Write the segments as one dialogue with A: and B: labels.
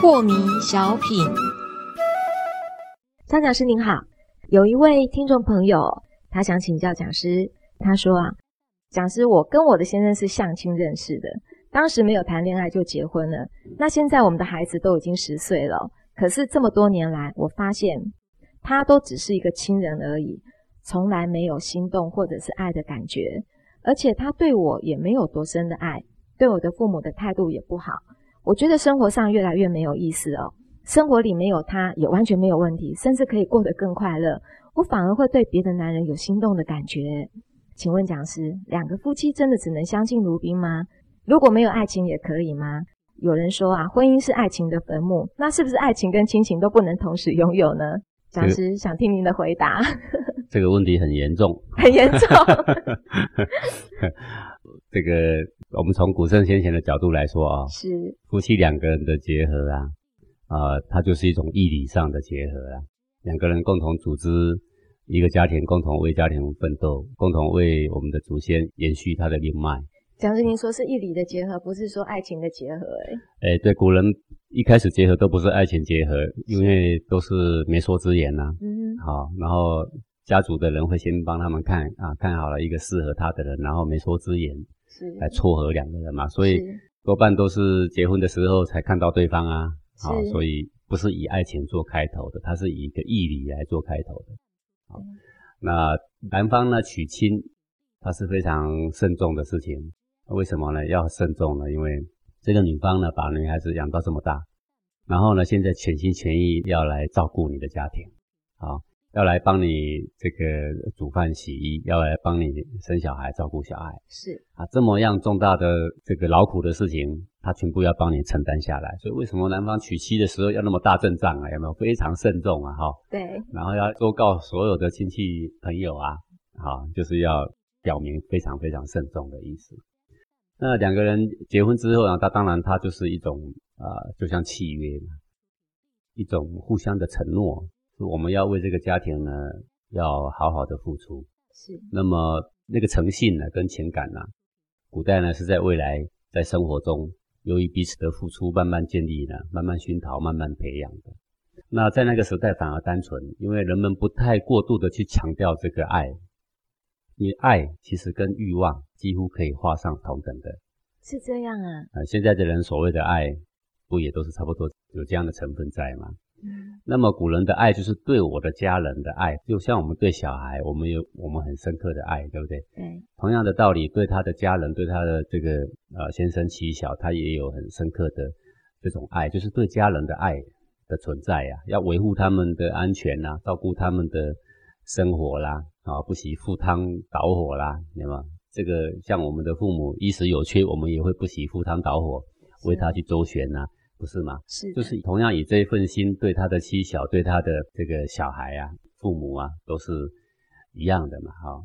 A: 破迷小品，张讲师您好，有一位听众朋友，他想请教讲师，他说啊，讲师，我跟我的先生是相亲认识的，当时没有谈恋爱就结婚了，那现在我们的孩子都已经十岁了，可是这么多年来，我发现他都只是一个亲人而已，从来没有心动或者是爱的感觉，而且他对我也没有多深的爱，对我的父母的态度也不好。我觉得生活上越来越没有意思哦，生活里没有他也完全没有问题，甚至可以过得更快乐。我反而会对别的男人有心动的感觉。请问讲师，两个夫妻真的只能相敬如宾吗？如果没有爱情也可以吗？有人说啊，婚姻是爱情的坟墓，那是不是爱情跟亲情都不能同时拥有呢？讲师想听您的回答，
B: 这个问题很严重，
A: 很严重。
B: 这个我们从古圣先贤的角度来说啊、
A: 是
B: 夫妻两个人的结合啊，啊、它就是一种义理上的结合啊，两个人共同组织一个家庭，共同为家庭奋斗，共同为我们的祖先延续他的命脉。
A: 讲师您说是义理的结合，不是说爱情的结合、欸。
B: 哎，对，古人一开始结合都不是爱情结合，因为都是媒妁之言呐、
A: 嗯哼，
B: 好，然后家族的人会先帮他们看啊，看好了一个适合他的人，然后媒妁之言
A: 是
B: 来撮合两个人嘛，哎所以
A: 是
B: 多半都是结婚的时候才看到对方啊，好、
A: 是
B: 所以不是以爱情做开头的，它是以一个义理来做开头的。好，
A: 嗯
B: 那男方呢娶亲，它是非常慎重的事情。为什么呢？要慎重呢？因为这个女方呢把女孩子养到这么大，然后呢现在全心全意要来照顾你的家庭，好，要来帮你这个煮饭洗衣，要来帮你生小孩照顾小孩。
A: 是
B: 啊，这么样重大的这个劳苦的事情，他全部要帮你承担下来。所以为什么男方娶妻的时候要那么大阵仗啊？有没有非常慎重啊？哈、
A: 对。
B: 然后要周告所有的亲戚朋友啊，好，就是要表明非常非常慎重的意思。那两个人结婚之后呢，他当然他就是一种啊、呃就像契约嘛，一种互相的承诺，是我们要为这个家庭呢要好好的付出。
A: 是
B: 那么那个诚信呢，跟情感呢、古代呢是在未来在生活中，由于彼此的付出慢慢建立呢，慢慢熏陶，慢慢培养的。那在那个时代反而单纯，因为人们不太过度的去强调这个爱。你爱其实跟欲望几乎可以画上同等的。
A: 是这样啊，
B: 呃，现在的人所谓的爱，不也都是差不多有这样的成分在吗？
A: 嗯，
B: 那么古人的爱就是对我的家人的爱，就像我们对小孩，我们有我们很深刻的爱，对不对？
A: 对，
B: 同样的道理，对他的家人，对他的这个呃先生妻小，他也有很深刻的这种爱，就是对家人的爱的存在呀、要维护他们的安全呐、照顾他们的生活啦，啊，不惜赴汤蹈火啦，那么这个像我们的父母衣食有缺，我们也会不惜赴汤蹈火为他去周旋呐、不是吗？
A: 是
B: 就是同样以这一份心对他的妻小，对他的这个小孩啊、父母啊，都是一样的嘛，哈、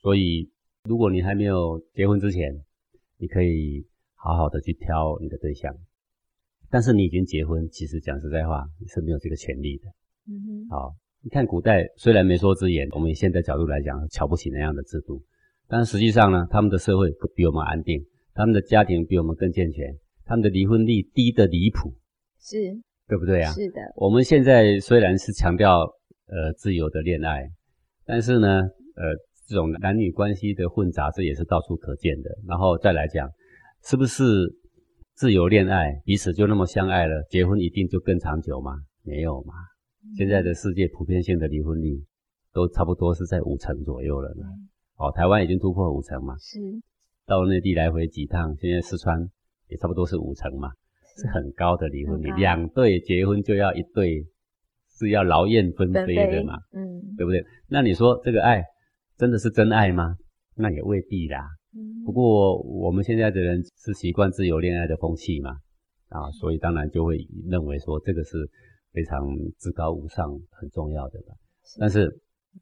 B: 所以，如果你还没有结婚之前，你可以好好的去挑你的对象。但是你已经结婚，其实讲实在话，你是没有这个权利的。
A: 嗯哼，
B: 好，你看古代虽然媒妁之言，我们以现在角度来讲，瞧不起那样的制度，但实际上呢，他们的社会比我们安定，他们的家庭比我们更健全，他们的离婚率低得离谱，
A: 是
B: 对不对啊？
A: 是的，
B: 我们现在虽然是强调呃自由的恋爱，但是呢，呃，这种男女关系的混杂，这也是到处可见的。然后再来讲，是不是自由恋爱彼此就那么相爱了，结婚一定就更长久吗？没有嘛。现在的世界普遍性的离婚率都差不多是在五成左右了呢。哦，台湾已经突破五成嘛，
A: 嗯是
B: 到内地来回几趟，现在四川也差不多是五成嘛。是很高的离婚率
A: 很，高
B: 两对结婚就要一对是要劳燕分飞的嘛，，
A: 嗯
B: 对不对？那你说这个爱真的是真爱吗？那也未必啦。
A: 嗯
B: 不过我们现在的人是习惯自由恋爱的风气嘛，啊，所以当然就会认为说这个是非常至高无上、很重要的吧。但是，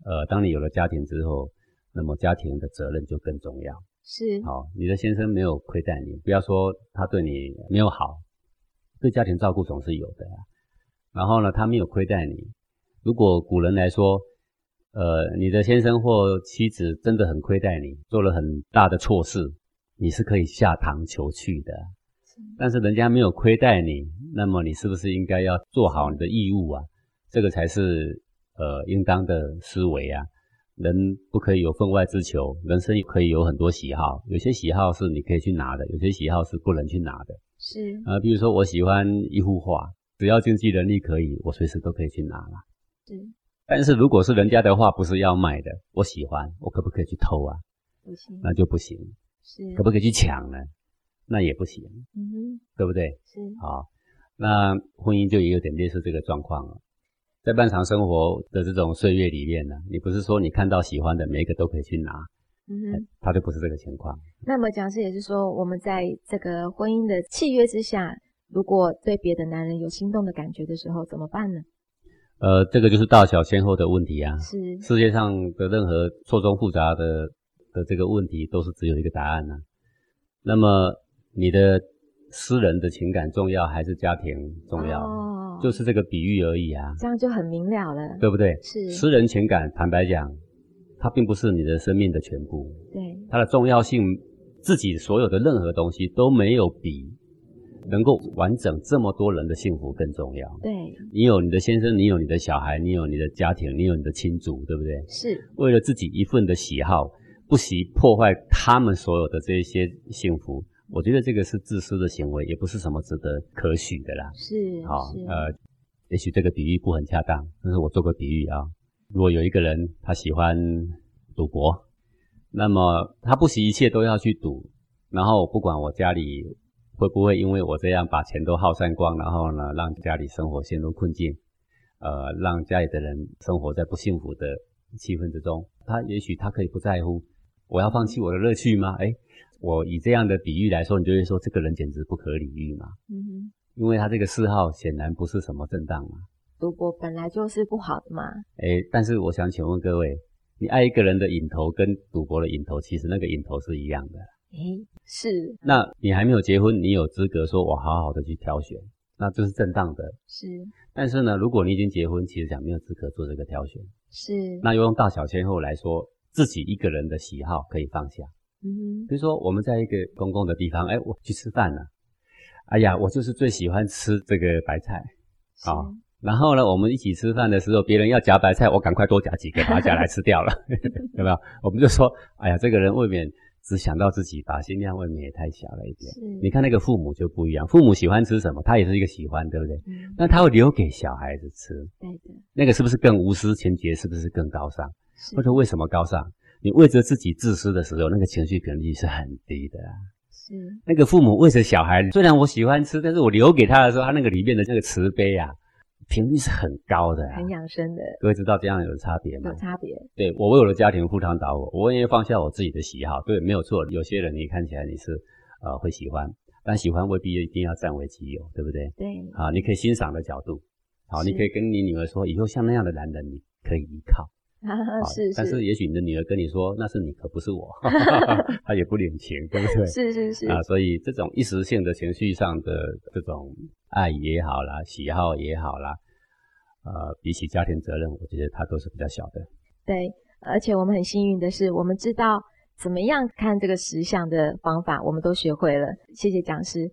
B: 呃，当你有了家庭之后，那么家庭的责任就更重要。
A: 是
B: 好，你的先生没有亏待你，不要说他对你没有好，对家庭照顾啊总是有的呀、然后呢，他没有亏待你。如果古人来说，呃，你的先生或妻子真的很亏待你，做了很大的错事，你是可以下堂求去的。啊但是人家没有亏待你，那么你是不是应该要做好你的义务啊？这个才是呃应当的思维啊。人不可以有分外之求，人生可以有很多喜好，有些喜好是你可以去拿的，有些喜好是不能去拿的。
A: 是
B: 呃，比如说我喜欢一幅画，只要经济能力可以，我随时都可以去拿啦。
A: 是，
B: 但是如果是人家的画不是要卖的，我喜欢，我可不可以去偷啊？
A: 不行，
B: 那就不行。
A: 是，
B: 可不可以去抢呢？那也不行，
A: 嗯哼，
B: 对不对？
A: 是，嗯
B: 好，啊那婚姻就也有点类似这个状况了。在漫长生活的这种岁月里面呢，你不是说你看到喜欢的每一个都可以去拿，
A: 嗯哼。
B: 它就不是这个情况。
A: 那么讲师也是说，我们在这个婚姻的契约之下，如果对别的男人有心动的感觉的时候，怎么办呢？
B: 呃，这个就是大小先后的问题啊。
A: 是
B: 世界上的任何错综复杂的的这个问题，都是只有一个答案啊。那么你的私人的情感重要还是家庭重要？
A: 哦，
B: 就是这个比喻而已啊，
A: 这样就很明了了。
B: 对不对？
A: 是，
B: 私人情感，坦白讲，它并不是你的生命的全部，
A: 对，
B: 它的重要性，自己所有的任何东西都没有比能够完整这么多人的幸福更重要。
A: 对，
B: 你有你的先生，你有你的小孩，你有你的家庭，你有你的亲族，对不对？
A: 是，
B: 为了自己一份的喜好，不惜破坏他们所有的这一些幸福，我觉得这个是自私的行为，也不是什么值得可许的啦。
A: 是，
B: 好
A: 是，
B: 呃，也许这个比喻不很恰当，但是我做个比喻啊。如果有一个人他喜欢赌博，那么他不惜一切都要去赌，然后不管我家里会不会因为我这样把钱都耗散光，然后呢让家里生活陷入困境，呃，让家里的人生活在不幸福的气氛之中，他也许他可以不在乎，我要放弃我的乐趣吗？诶，我以这样的比喻来说，你就会说这个人简直不可理喻嘛。
A: 嗯哼，
B: 因为他这个嗜好显然不是什么正当嘛。
A: 赌博本来就是不好的嘛，
B: 诶，但是我想请问各位，你爱一个人的瘾头跟赌博的瘾头，其实那个瘾头是一样的。
A: 诶，是，
B: 那你还没有结婚，你有资格说我好好的去挑选，那这是正当的。
A: 是，
B: 但是呢，如果你已经结婚，其实讲没有资格做这个挑选。
A: 是，
B: 那又用大小先后来说，自己一个人的喜好可以放下。
A: 嗯
B: 比如说我们在一个公共的地方，哎，我去吃饭了、哎呀，我就是最喜欢吃这个白菜。
A: 哼，
B: 好然后呢，我们一起吃饭的时候，别人要夹白菜，我赶快多夹几个，把它夹来吃掉了， 有没有？我们就说，哎呀，这个人未免只想到自己吧，心量未免也太小了一点
A: 是，。
B: 你看那个父母就不一样，父母喜欢吃什么，他也是一个喜欢，对不对？
A: 嗯，
B: 那他会留给小孩子吃，
A: 对的，
B: 那个是不是更无私？情节是不是更高尚？
A: 是
B: 或者为什么高尚？你为着自己自私的时候，那个情绪频率是很低的啊、
A: 是，
B: 那个父母为着小孩，虽然我喜欢吃，但是我留给他的时候，他那个里面的那个慈悲啊，频率是很高的、啊。
A: 很养生的，
B: 各位知道这样有差别吗
A: 有？差别，
B: 对我为我的家庭赴汤蹈火，我愿意放下我自己的喜好。对，没有错。有些人你看起来你是呃会喜欢，但喜欢未必一定要占为己有，对不对？
A: 对，
B: 啊，你可以欣赏的角度，好，
A: 是
B: 你可以跟你女儿说，以后像那样的男人你可以依靠。
A: 啊
B: 好
A: 是
B: 但是
A: 是
B: 也许你的女儿跟你说，那是你可不 是我，她也不领情，对不对？
A: 是是是，
B: 啊，所以这种一时性的情绪上的这种爱也好啦，喜好也好啦，呃，比起家庭责任，我觉得它都是比较小的。
A: 对，而且我们很幸运的是，我们知道怎么样看这个实相的方法，我们都学会了。谢谢讲师。